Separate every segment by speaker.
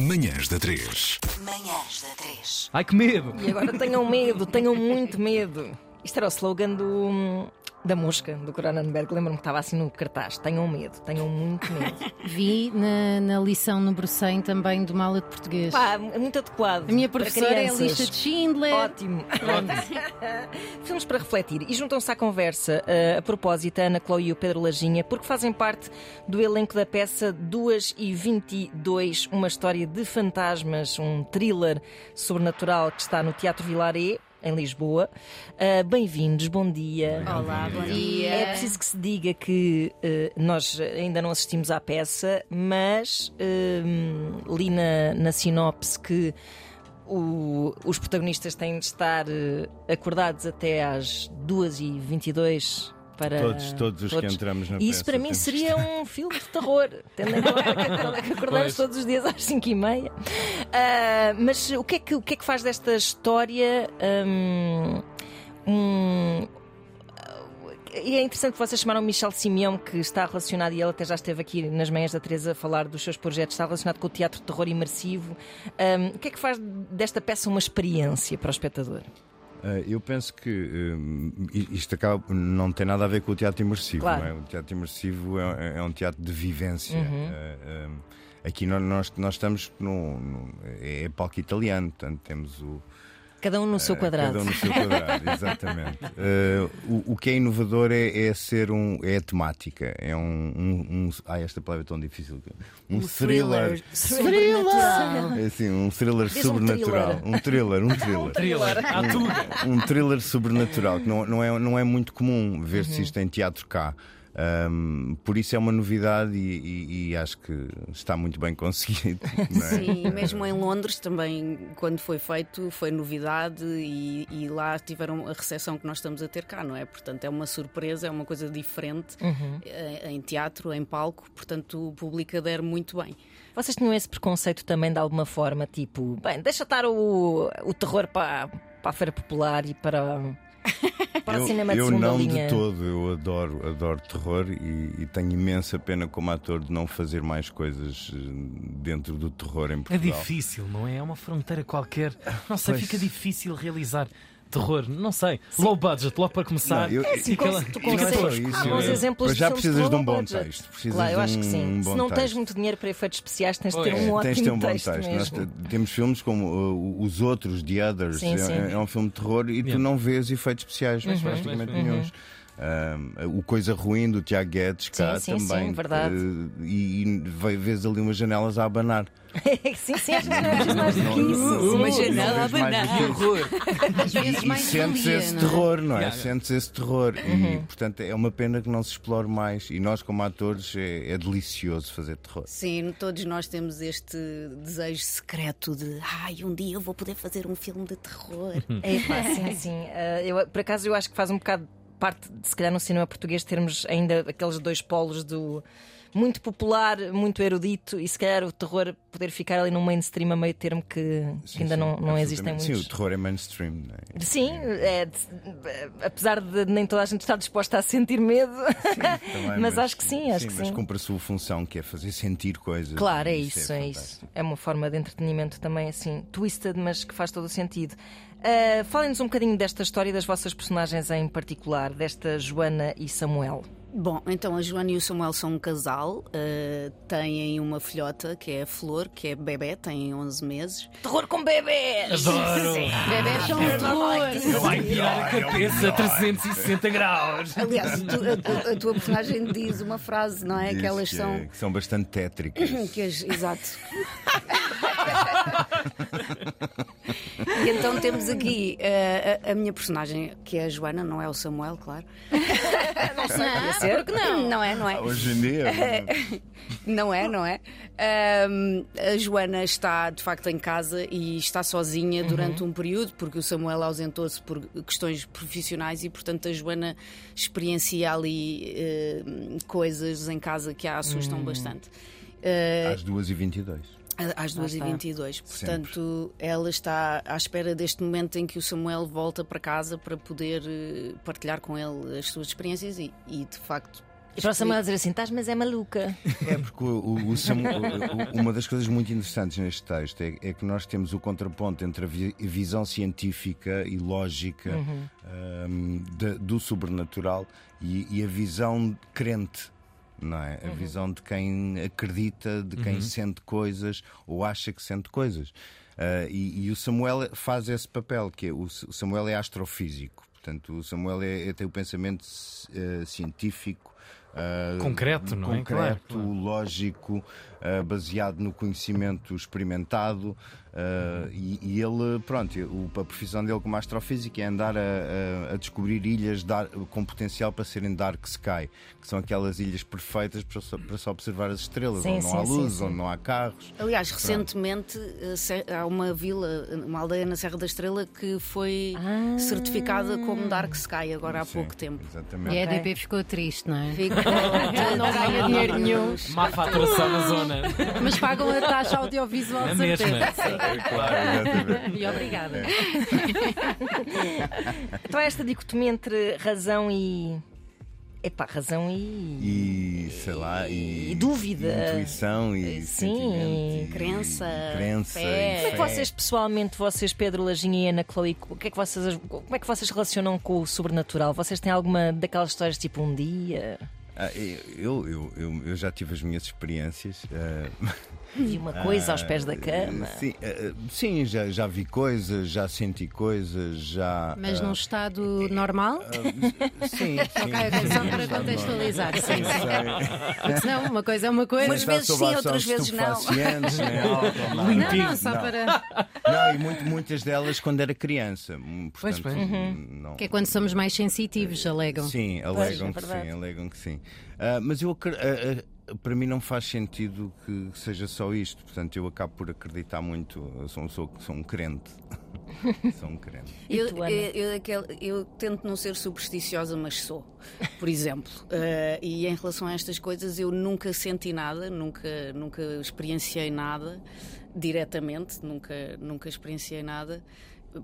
Speaker 1: Manhãs da 3.
Speaker 2: Manhãs da 3.
Speaker 3: Ai que medo!
Speaker 4: E agora tenham medo, tenham muito medo. Isto era o slogan do, da mosca, do Cronenberg. Lembro-me que estava assim no cartaz. Tenham medo, tenham muito medo.
Speaker 5: Vi na, na lição número 100 também do mala de português.
Speaker 4: Pá, é muito adequado.
Speaker 5: a minha
Speaker 4: para
Speaker 5: professora é a
Speaker 4: crianças.
Speaker 5: lista de Schindler.
Speaker 4: Ótimo. Filmes para refletir. E juntam-se à conversa, eh, a propósito, a Ana Chloe e o Pedro Lajinha, porque fazem parte do elenco da peça 2 e 22, uma história de fantasmas, um thriller sobrenatural que está no Teatro Vilaré, em Lisboa. Eh, Bem-vindos, bom dia.
Speaker 5: Olá, bom dia.
Speaker 4: É preciso que se diga que eh, nós ainda não assistimos à peça, mas eh, li na, na sinopse que o- os protagonistas têm de estar eh, acordados até às 2h22 para.
Speaker 6: Todos- todos os que entramos na
Speaker 4: Ah, E isso
Speaker 6: peça
Speaker 4: para mim
Speaker 6: temos de
Speaker 4: seria um filme de terror, tendo em conta que acordamos
Speaker 3: Pois.
Speaker 4: todos os dias às 5h30. Ah, mas o que, é que, o que é que faz desta história hum, um, e é interessante que vocês chamaram o Michel Simeão, que está relacionado, e ele até já esteve aqui nas manhãs da Teresa a falar dos seus projetos, está relacionado com o teatro de terror imersivo. Ahm, o que é que faz desta peça uma experiência para o espectador?
Speaker 6: Ah, eu penso que hum, i- isto acaba, não tem nada a ver com o teatro imersivo.
Speaker 4: Claro.
Speaker 6: não é? O teatro imersivo é, é um teatro de vivência. Ah, hum, aqui nó- nós, nós estamos no, no- é palco italiano, portanto temos o
Speaker 4: Cada um no seu quadrado.
Speaker 6: cada um no seu quadrado, exatamente. Ah, o, o que é inovador é, é ser um é a temática, é um, um, um ai, esta palavra é tão difícil. Um, thriller.
Speaker 5: Sobrenatural.
Speaker 6: É assim, um thriller
Speaker 4: Diz um
Speaker 6: sobrenatural. Um thriller, um thriller.
Speaker 3: Thriller, há tudo!
Speaker 6: um thriller sobrenatural que não, não, é, não é muito comum
Speaker 4: Uhum.
Speaker 6: ver-se isto em teatro cá. Ahm, por isso é uma novidade e, e- e acho que está muito bem conseguido. não é?
Speaker 7: Sim, mesmo em Londres também, quando foi feito, foi novidade e, e lá tiveram a recepção que nós estamos a ter cá, não é? Portanto, é uma surpresa, é uma coisa diferente eh, em, teatro, em palco, portanto, o público adere muito bem.
Speaker 4: Vocês tinham esse preconceito também de alguma forma, tipo, bem, deixa estar o, o terror para, para a feira popular e para, para o
Speaker 6: Eu-
Speaker 4: cinema de
Speaker 6: eu
Speaker 4: segunda
Speaker 6: não
Speaker 4: linha.
Speaker 6: de todo, eu adoro, adoro terror e, e tenho imensa pena como ator de não fazer mais coisas eh, dentro do terror em
Speaker 3: É
Speaker 6: Portugal.
Speaker 3: difícil, não é? É uma fronteira qualquer. Não sei,
Speaker 6: Pois.
Speaker 3: fica difícil realizar terror. Não sei. Low budget, logo para começar.
Speaker 6: Não, eu- É
Speaker 4: assim,
Speaker 3: fica,
Speaker 4: cons- tu consegues-
Speaker 3: fica
Speaker 6: Só
Speaker 3: tosco,
Speaker 6: isso,
Speaker 4: Há
Speaker 3: não
Speaker 4: bons
Speaker 3: é?
Speaker 4: exemplos
Speaker 6: Mas
Speaker 4: de
Speaker 6: já
Speaker 4: filmes
Speaker 6: precisas de um
Speaker 4: low
Speaker 6: bom
Speaker 4: budget.
Speaker 6: texto, precisas
Speaker 4: Claro, eu
Speaker 6: de
Speaker 4: acho que
Speaker 6: um
Speaker 4: sim. Se
Speaker 6: bom
Speaker 4: não tens
Speaker 6: texto.
Speaker 4: muito dinheiro para efeitos especiais, tens de ter
Speaker 3: Pois.
Speaker 4: um ótimo
Speaker 6: Tens de ter um bom
Speaker 4: texto.
Speaker 6: texto. Nós
Speaker 4: mesmo.
Speaker 6: te- temos filmes como uh, Os Outros, The Others,
Speaker 4: Sim,
Speaker 6: é,
Speaker 4: sim.
Speaker 6: é um filme de terror e
Speaker 3: Yeah.
Speaker 6: tu não vês efeitos especiais, mas praticamente
Speaker 3: Uhum.
Speaker 6: nenhum. Um, o Coisa Ruim do Tiago Guedes, cá
Speaker 4: Sim, sim, sim,
Speaker 6: também.
Speaker 4: verdade.
Speaker 6: uh, e e ve- vês ali umas janelas a abanar.
Speaker 4: sim, sim, acho que não é preciso mais do que
Speaker 6: Não-
Speaker 4: isso.
Speaker 6: não-
Speaker 4: sim.
Speaker 6: não vês mais do que isso.
Speaker 5: Às vezes
Speaker 6: E
Speaker 5: mais
Speaker 6: sentes
Speaker 5: valia,
Speaker 6: esse
Speaker 5: não é?
Speaker 6: terror, não é?
Speaker 3: Yeah, yeah.
Speaker 6: Sentes esse terror.
Speaker 4: Uhum.
Speaker 6: E, portanto, é uma pena que não se explore mais. E nós, como atores, é, é delicioso fazer terror.
Speaker 7: Sim, todos nós temos este desejo secreto de ai, um dia eu vou poder fazer um filme de terror. É,
Speaker 4: Epá, sim, sim. Ah, eu, por acaso eu acho que faz um bocado parte, de, se calhar, no cinema português termos ainda aqueles dois polos do muito popular, muito erudito e se calhar o terror poder ficar ali num mainstream a meio termo que, que
Speaker 6: É Sim,
Speaker 4: ainda
Speaker 6: sim,
Speaker 4: não, não existem
Speaker 6: absolutamente.
Speaker 4: muitos.
Speaker 6: Sim, o terror é mainstream, não é?
Speaker 4: Sim, é, de- apesar de nem toda a gente estar disposta a sentir medo,
Speaker 6: Também,
Speaker 4: mas, acho que sim, acho que
Speaker 6: é Mas
Speaker 4: sim.
Speaker 6: cumpre a sua função, que é fazer sentir coisas.
Speaker 4: Claro,
Speaker 6: E
Speaker 4: é isso, é
Speaker 6: fantástico.
Speaker 4: isso. É uma forma de entretenimento também assim, twisted, mas que faz todo o sentido. Ah, Falem-nos um bocadinho desta história e das vossas personagens em particular, desta Joana e Samuel.
Speaker 7: Bom, então a Joana e o Samuel são um casal, eh, têm uma filhota que é a Flor, que é bebê, tem 11 meses.
Speaker 4: Terror com bebês!
Speaker 3: Adoro!
Speaker 5: Bebés são um terror.
Speaker 3: Vai virar a cabeça a 360 graus!
Speaker 4: É um
Speaker 7: Aliás, tu- a, tu- a tua personagem diz uma frase, não é?
Speaker 6: Diz
Speaker 7: que elas
Speaker 6: que,
Speaker 7: são.
Speaker 6: que são bastante tétricas.
Speaker 7: Que as- exato. e então temos aqui eh, a, a minha personagem, que é a Joana, não é o Samuel, claro.
Speaker 5: Não, porque não?
Speaker 7: Não é, não é?
Speaker 6: Hoje em dia.
Speaker 7: Não é, não é? Ahm, a Joana está de facto em casa e está sozinha durante um período, porque o Samuel ausentou-se por questões profissionais e, portanto, a Joana experiencia ali eh, coisas em casa que a assustam bastante.
Speaker 4: É.
Speaker 7: Eh,
Speaker 6: Às 2h22.
Speaker 7: a- Às 2h22. Portanto, ela está à espera deste momento em que o Samuel volta para casa para poder eh, partilhar com ele as suas experiências e, e, de facto.
Speaker 4: E para o Samuel dizer assim, estás, mas é maluca.
Speaker 6: É porque o- o- o Samu- o- o- uma das coisas muito interessantes neste texto é, é que nós temos o contraponto entre a vi- a visão científica e lógica
Speaker 3: Uhum.
Speaker 6: ahm, da- do sobrenatural e, e a visão crente. Não é?
Speaker 3: Uhum.
Speaker 6: A visão de quem acredita, de quem sente coisas ou acha que sente coisas. Ah, e, e o Samuel faz esse papel, que é, o S- o Samuel é astrofísico. Portanto, o Samuel é- é- tem o pensamento eh, científico. ah,
Speaker 3: Concreto, não é? Claro,
Speaker 6: concreto, lógico, ah, baseado no conhecimento experimentado. ah, e, e ele, pronto, o- a profissão dele como astrofísico é andar a, a- a descobrir ilhas dar- com potencial para serem dark sky, que são aquelas ilhas perfeitas para só, para só observar as estrelas,
Speaker 4: Sim,
Speaker 6: onde não há
Speaker 4: sim,
Speaker 6: luz,
Speaker 4: sim, sim.
Speaker 6: onde não há carros.
Speaker 7: Aliás, recentemente eh, se- há uma vila, uma aldeia na Serra da Estrela que foi certificada como Dark Sky agora há
Speaker 6: Sim,
Speaker 7: pouco tempo.
Speaker 6: Exatamente.
Speaker 4: É,
Speaker 6: É,
Speaker 5: E a EDP ficou triste, não é?
Speaker 7: Ficou-
Speaker 5: não ganha dinheiro nenhum.
Speaker 3: Má faturação na zona. É
Speaker 5: Mas pagam a taxa audiovisual,
Speaker 3: Na
Speaker 5: de certeza.
Speaker 3: mesma.
Speaker 6: Claro, exatamente.
Speaker 5: E obrigada.
Speaker 4: Então é esta dicotomia entre razão e. Epá, razão e.
Speaker 6: E sei lá, e,
Speaker 4: E dúvida.
Speaker 6: e intuição, e
Speaker 4: Sim,
Speaker 6: sentimento, e-
Speaker 7: crença,
Speaker 6: e crença,
Speaker 7: fé.
Speaker 6: e
Speaker 4: Como é que
Speaker 6: fé.
Speaker 4: vocês, pessoalmente, vocês, Pedro Lajinha e Ana Chloe, o que é que vocês, como é que vocês relacionam com o sobrenatural? Vocês têm alguma daquelas histórias tipo um dia
Speaker 6: Ah, eu, eu, eu, eu já tive as minhas experiências. ah,
Speaker 4: vi uma coisa aos pés da cama?
Speaker 6: Sim, eh, sim, já, já vi coisas, já senti coisas, já.
Speaker 5: Mas
Speaker 6: eh,
Speaker 5: num estado normal?
Speaker 6: Sim, sim.
Speaker 5: Ok, ok, só para contextualizar. Sim, sim. Senão, uma coisa é uma coisa.
Speaker 7: Umas vezes sim, outras vezes não.
Speaker 6: né? não.
Speaker 5: Não, não, só para.
Speaker 6: Não, e muito- muitas delas quando era criança. hum,
Speaker 3: Pois
Speaker 6: Portanto,
Speaker 3: bem.
Speaker 6: não,
Speaker 5: Que é quando somos mais sensitivos, alegam.
Speaker 6: Sim,
Speaker 4: é
Speaker 6: alegam que
Speaker 4: verdade.
Speaker 6: sim, alegam que sim. Ah, mas eu acre- ah, ah, para mim não faz sentido que seja só isto. Portanto, eu acabo por acreditar muito. Eu sou, sou, sou um crente. sou um crente.
Speaker 4: E
Speaker 7: Eu,
Speaker 4: tu, Ana?
Speaker 7: eu, eu daquele- eu tento não ser supersticiosa, mas sou, por exemplo. Eh, e em relação a estas coisas, eu nunca senti nada, nunca, nunca experienciei nada diretamente, nunca, nunca experienciei nada.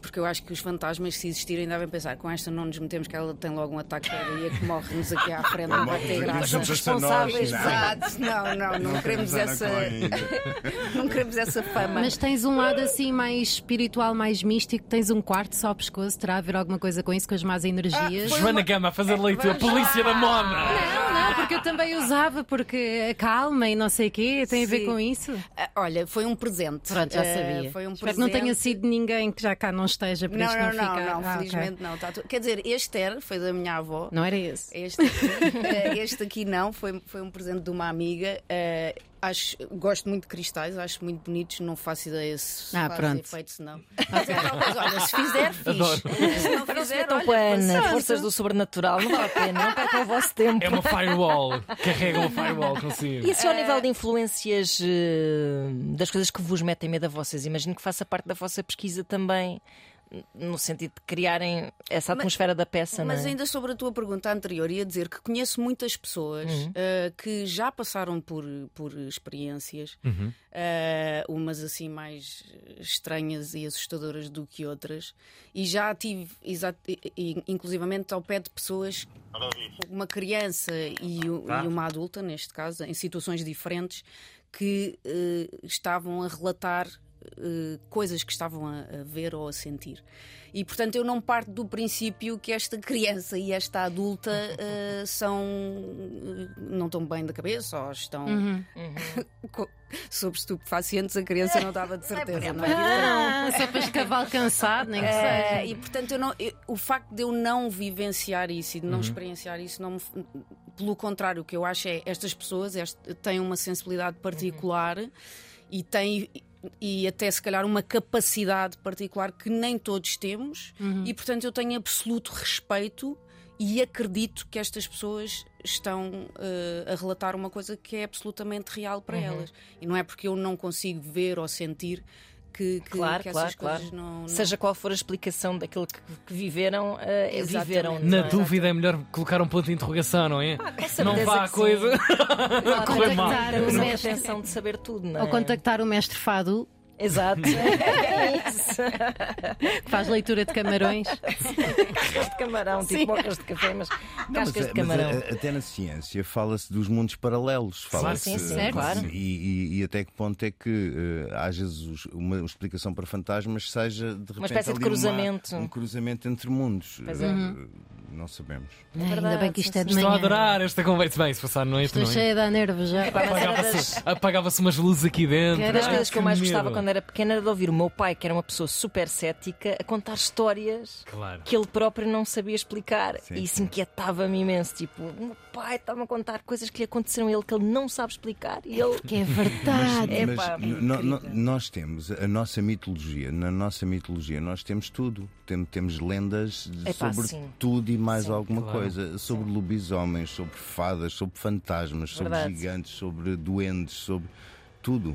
Speaker 7: Porque eu acho que os fantasmas, se existirem, devem pensar com esta não nos metemos, que ela tem logo um ataque cardíaco que morre-nos aqui à frente, não vai ter
Speaker 6: Morre-nos aqui,
Speaker 7: graça.
Speaker 6: somos responsáveis, não. é?
Speaker 7: Exato, não, não, não, queremos
Speaker 6: Ana
Speaker 7: essa,
Speaker 6: Cohen.
Speaker 7: não queremos essa fama.
Speaker 5: Mas tens um lado assim mais espiritual, mais místico, tens um quarto só ao pescoço, terá a ver alguma coisa com isso, com as más energias?
Speaker 3: Joana Gama a fazer leitura, polícia da Mona.
Speaker 5: Não, não, porque eu também usava, porque a calma e não sei o quê, tem a ver
Speaker 7: Sim.
Speaker 5: com isso?
Speaker 7: Ah, Olha, foi um presente.
Speaker 5: Pronto, já
Speaker 7: Eh,
Speaker 5: sabia.
Speaker 7: foi um
Speaker 5: Espero
Speaker 7: presente.
Speaker 5: que não tenha sido ninguém que já cá não esteja, por
Speaker 7: Não,
Speaker 5: isto
Speaker 7: não,
Speaker 5: não,
Speaker 7: não,
Speaker 5: ficar.
Speaker 7: não,
Speaker 5: Ah, ok.
Speaker 7: felizmente É. não. Tá tudo- Quer dizer, este era, foi da minha avó.
Speaker 5: Não era esse.
Speaker 7: Este, eh, este aqui não, foi, foi um presente de uma amiga. eh, acho, gosto muito de cristais, acho muito bonitos, não faço ideia se
Speaker 5: Ah,
Speaker 7: faz
Speaker 5: pronto.
Speaker 7: efeito, se não. Mas olha, se fizer, fiz.
Speaker 3: Adoro.
Speaker 7: Se não fizer,
Speaker 4: Então,
Speaker 7: olha,
Speaker 4: com a Ana,
Speaker 7: passou.
Speaker 4: forças do sobrenatural, não vale a pena, não percam o vosso tempo.
Speaker 3: É uma firewall. Carrega uma firewall consigo.
Speaker 4: E assim,
Speaker 7: É.
Speaker 4: ao nível de influências eh, das coisas que vos metem medo a vocês, imagino que faça parte da vossa pesquisa também, no sentido de criarem essa atmosfera da peça,
Speaker 7: Mas
Speaker 4: não é?
Speaker 7: ainda sobre a tua pergunta anterior, ia dizer que conheço muitas pessoas
Speaker 4: Uhum.
Speaker 7: eh, que já passaram por, por experiências,
Speaker 4: Uhum.
Speaker 7: eh, umas assim mais estranhas e assustadoras do que outras, e já tive, exa- e- e- inclusivamente ao pé de pessoas, uma criança e, o- e uma adulta, neste caso, em situações diferentes, que eh, estavam a relatar eh, coisas que estavam a, a ver ou a sentir. E portanto eu não parto do princípio que esta criança e esta adulta eh, são eh, não estão bem da cabeça ou estão co- sob estupefacientes, a criança Uhum. não estava de certeza. não é?
Speaker 5: Ah, só para escavar cansado, nem que seja.
Speaker 7: Eh, e portanto eu não- eu- o facto de eu não vivenciar isso e de não
Speaker 4: Uhum.
Speaker 7: experienciar isso não me, f- pelo contrário o que eu acho é estas pessoas este- têm uma sensibilidade particular e têm e até se calhar uma capacidade particular que nem todos temos e portanto eu tenho absoluto respeito e acredito que estas pessoas estão eh, a relatar uma coisa que é absolutamente real para elas e não é porque eu não consigo ver ou sentir que, que,
Speaker 4: Claro,
Speaker 7: que
Speaker 4: claro,
Speaker 7: essas
Speaker 4: claro.
Speaker 7: coisas não, não
Speaker 4: Seja qual for a explicação daquilo que, que viveram, eh,
Speaker 7: Exatamente.
Speaker 4: viveram. não
Speaker 3: Na
Speaker 4: é?
Speaker 3: dúvida é melhor colocar um ponto de interrogação, não é?
Speaker 4: certeza
Speaker 3: não vá a
Speaker 4: que
Speaker 3: coisa.
Speaker 4: Claro,
Speaker 3: correr mal.
Speaker 4: contactar o
Speaker 5: Não.
Speaker 4: mestre. a intenção de saber tudo, não é?
Speaker 5: Ou contactar o mestre Fado
Speaker 4: Exato. É isso.
Speaker 5: que faz leitura de camarões.
Speaker 7: É
Speaker 4: Cascas de camarão, tipo bocas de café, mas
Speaker 6: Mas,
Speaker 3: é,
Speaker 6: é,
Speaker 4: cascas de
Speaker 6: mas,
Speaker 4: camarão.
Speaker 6: a- até na ciência fala-se dos mundos paralelos. Fala-se,
Speaker 4: sim, sim, claro.
Speaker 6: E, e- e até que ponto é que eh, há às vezes os- uma explicação para fantasmas seja de repente
Speaker 4: espécie de
Speaker 6: ali
Speaker 4: cruzamento.
Speaker 6: um cruzamento entre mundos.
Speaker 4: Pois é.
Speaker 6: Eh, Não sabemos.
Speaker 5: Ainda bem que isto é de
Speaker 3: Estou a
Speaker 5: manhã.
Speaker 3: adorar esta conversa. Bem, se passar noite,
Speaker 5: Estou
Speaker 3: não é?
Speaker 5: cheia de nervos já.
Speaker 4: Mas era das-
Speaker 3: Apagava-se apagava-se umas luzes aqui dentro.
Speaker 5: Era
Speaker 4: das
Speaker 3: Ai,
Speaker 4: coisas que eu mais
Speaker 3: medo.
Speaker 4: gostava quando era pequena era de ouvir o meu pai, que era uma pessoa super cética, a contar histórias
Speaker 3: Claro.
Speaker 4: que ele próprio não sabia explicar.
Speaker 6: Sim,
Speaker 4: e isso
Speaker 6: sim.
Speaker 4: inquietava-me imenso. Tipo, o meu pai estava a contar coisas que lhe aconteceram a ele que ele não sabe explicar. E ele.
Speaker 5: Que é verdade.
Speaker 4: É pá,
Speaker 6: n- no- no- nós temos a nossa mitologia, na nossa mitologia nós temos tudo. Tem- temos lendas de-
Speaker 4: É pá,
Speaker 6: sobre
Speaker 4: sim.
Speaker 6: tudo e mais alguma
Speaker 3: claro.
Speaker 6: coisa, sobre lobisomens, sobre fadas, sobre fantasmas, sobre
Speaker 4: Verdade.
Speaker 6: gigantes, sobre duendes, sobre tudo.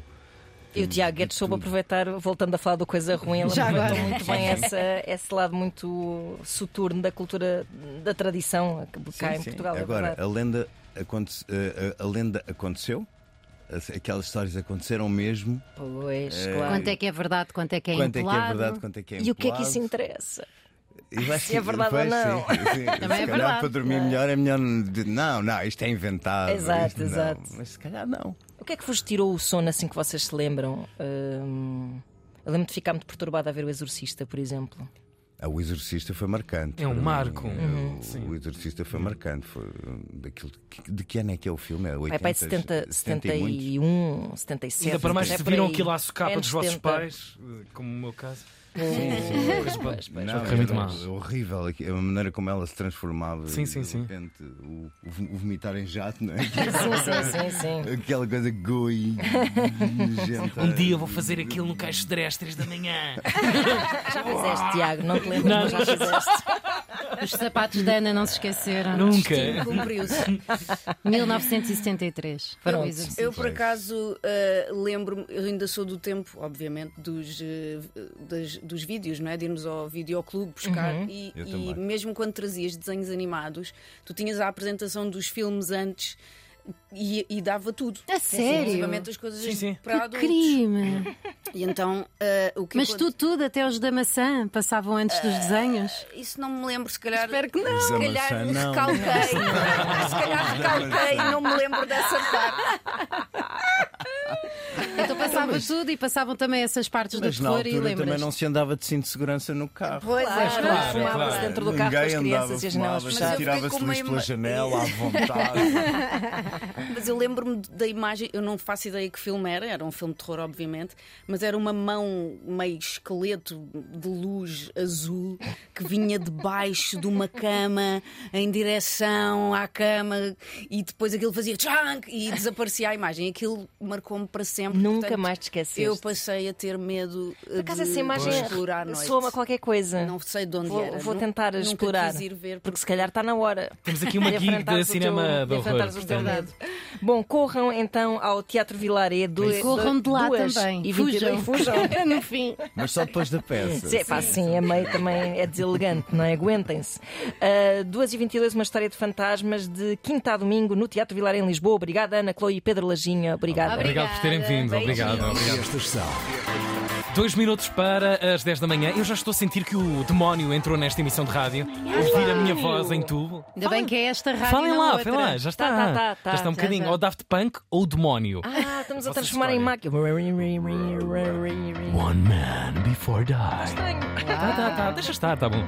Speaker 4: E o Tiago Guedes soube aproveitar, voltando a falar do coisa ruim, ele
Speaker 5: Já
Speaker 4: aproveitou
Speaker 5: agora.
Speaker 4: muito bem essa, esse lado muito soturno da cultura, da tradição que cá em
Speaker 6: Sim, sim.
Speaker 4: Portugal. é
Speaker 6: Agora,
Speaker 4: verdade.
Speaker 6: a lenda, aconte- a- a- a lenda aconteceu, As- aquelas histórias aconteceram mesmo. eh,
Speaker 4: Pois, claro.
Speaker 5: Quanto é que é verdade, quanto é que é
Speaker 6: quanto é que é
Speaker 5: empolado.
Speaker 6: verdade, quanto é que é
Speaker 4: E o que é que isso
Speaker 6: empolado.
Speaker 4: interessa?
Speaker 6: E vai
Speaker 4: Se é verdade
Speaker 6: vai
Speaker 4: ou não.
Speaker 6: ser- sim, se
Speaker 5: Também é
Speaker 6: calhar
Speaker 5: verdade,
Speaker 6: para dormir melhor é melhor. Não, não, isto é inventado.
Speaker 4: Exato,
Speaker 6: isto não.
Speaker 4: exato.
Speaker 6: Mas se calhar não.
Speaker 4: O que é que vos tirou o sono assim que vocês se lembram? Hum, eu lembro de ficar muito perturbada a ver o Exorcista, por exemplo.
Speaker 6: Ah, O Exorcista foi marcante.
Speaker 3: É um
Speaker 6: para mim.
Speaker 3: marco. Uhum,
Speaker 6: Eu-
Speaker 3: Sim.
Speaker 6: O Exorcista foi marcante. Foi daquilo que- de que ano é que é o filme? É 80,
Speaker 4: Vai para 70,
Speaker 6: 71.
Speaker 4: 71, 77.
Speaker 3: Ainda para mais
Speaker 4: é
Speaker 3: se
Speaker 4: por
Speaker 3: viram
Speaker 4: aí.
Speaker 3: aquilo à socapa
Speaker 4: Anos
Speaker 3: dos vossos
Speaker 4: 70.
Speaker 3: pais, eh, como o meu caso.
Speaker 4: Pois, pois, pois.
Speaker 6: Não,
Speaker 3: Foi muito
Speaker 6: era
Speaker 3: mal.
Speaker 6: horrível aqui- a maneira como ela se transformava.
Speaker 3: Sim,
Speaker 6: e,
Speaker 3: sim,
Speaker 6: de
Speaker 3: sim.
Speaker 6: repente, o, o vom- o vomitar em jato, não é?
Speaker 4: Sim, sim, sim, sim.
Speaker 6: Aquela coisa goi. nojenta.
Speaker 3: Um dia eu vou fazer aquilo no caixa de dré às 3 da manhã.
Speaker 4: Ah, Já fizeste, Tiago, não te lembro,
Speaker 3: Não,
Speaker 4: mas já fizeste.
Speaker 5: Os sapatos da Ana não se esqueceram.
Speaker 3: Nunca.
Speaker 7: Cumpriu-se.
Speaker 5: 1973. Foi o exercício.
Speaker 7: Eu, por acaso, ah, lembro-me, eu ainda sou do tempo, obviamente, dos, ah, das- dos vídeos, não é? De irmos ao videoclube buscar. E,
Speaker 6: Uhum. Eu
Speaker 7: e
Speaker 6: também.
Speaker 7: mesmo quando trazias desenhos animados, tu tinhas a apresentação dos filmes antes e, e dava tudo.
Speaker 5: A sério?
Speaker 7: Inclusivamente as coisas
Speaker 3: Sim, sim.
Speaker 7: para adultos.
Speaker 5: Crime!
Speaker 7: E então, ah, o que
Speaker 5: Mas
Speaker 7: aconte-
Speaker 5: tu tudo, até os da maçã, passavam antes dos desenhos.
Speaker 7: Isso não me lembro, se calhar.
Speaker 4: Espero que não.
Speaker 6: Os
Speaker 7: Se
Speaker 6: da maçã,
Speaker 7: calhar
Speaker 6: não.
Speaker 7: recalquei. Se calhar recalquei, não me lembro dessa parte.
Speaker 5: Então passava tudo e passavam também essas partes
Speaker 6: Mas
Speaker 5: do
Speaker 6: na
Speaker 5: terror e
Speaker 6: altura também
Speaker 5: lembras.
Speaker 6: não se andava de cinto de segurança no carro.
Speaker 7: Pois é,
Speaker 4: Claro,
Speaker 3: claro,
Speaker 4: fumava-se
Speaker 3: claro.
Speaker 4: Ah, dentro do carro com as
Speaker 6: Ninguém
Speaker 4: crianças e as janelas
Speaker 6: fumava-se,
Speaker 7: Mas
Speaker 4: fechadas.
Speaker 7: eu fiquei
Speaker 6: Tirava-se
Speaker 7: com uma
Speaker 6: luz pela
Speaker 7: ima-
Speaker 6: janela à vontade.
Speaker 7: Mas eu lembro-me da imagem, eu não faço ideia que filme era, era um filme de terror, obviamente, mas era uma mão meio esqueleto de luz azul que vinha debaixo de uma cama em direção à cama e depois aquilo fazia tchank e desaparecia a imagem. Aquilo marcou-me para sempre.
Speaker 4: Nunca
Speaker 7: portanto,
Speaker 4: mais te esqueceste.
Speaker 7: Eu passei a ter medo eh,
Speaker 4: Por acaso essa
Speaker 7: de
Speaker 4: imagem
Speaker 7: explorar à noite.
Speaker 4: soma qualquer coisa.
Speaker 7: Não sei de onde
Speaker 4: vou,
Speaker 7: era.
Speaker 4: vou
Speaker 7: Nu-
Speaker 4: tentar
Speaker 7: nunca
Speaker 4: explorar.
Speaker 7: quis ir ver
Speaker 4: Porque se calhar está na hora.
Speaker 3: Temos aqui uma
Speaker 4: de
Speaker 3: guia
Speaker 4: enfrentares
Speaker 3: de
Speaker 4: o
Speaker 3: cinema
Speaker 4: teu-
Speaker 3: de
Speaker 4: de
Speaker 3: horror.
Speaker 4: enfrentares o teu
Speaker 3: portanto.
Speaker 4: medo. Bom, corram então ao Teatro Vilaredo.
Speaker 5: E Corram de lá
Speaker 4: duas
Speaker 5: também.
Speaker 4: E
Speaker 5: fujam.
Speaker 4: 22 fujam.
Speaker 5: no fim.
Speaker 6: Mas só depois da peça.
Speaker 4: Sim, pá, sim, a meio também é deselegante, não é? Aguentem-se. Ah, 2h22, uma história de fantasmas de quinta a domingo no Teatro Vilar em Lisboa. Obrigada, Ana Chloe e Pedro Lajinha. Obrigada.
Speaker 3: Obrigado por terem vindo. Obrigado. obrigado.
Speaker 1: Estas são
Speaker 3: Dois minutos para as 10 da manhã. Eu já estou a sentir que o demónio entrou nesta emissão de rádio. Ouvir a minha voz em tubo.
Speaker 5: Ainda bem que é esta rádio.
Speaker 3: Falem
Speaker 5: não
Speaker 3: lá,
Speaker 5: outra.
Speaker 3: falem lá, já está.
Speaker 4: Tá, tá, tá, tá,
Speaker 3: já está um
Speaker 4: já,
Speaker 3: bocadinho.
Speaker 4: já.
Speaker 3: Ou Daft Punk ou o demónio.
Speaker 4: Ah, estamos
Speaker 3: Vocês
Speaker 4: a transformar em
Speaker 3: escolhem.
Speaker 4: máquina.
Speaker 1: One Man Before Die.
Speaker 3: Tá, tá, tá. Deixa estar, tá bom.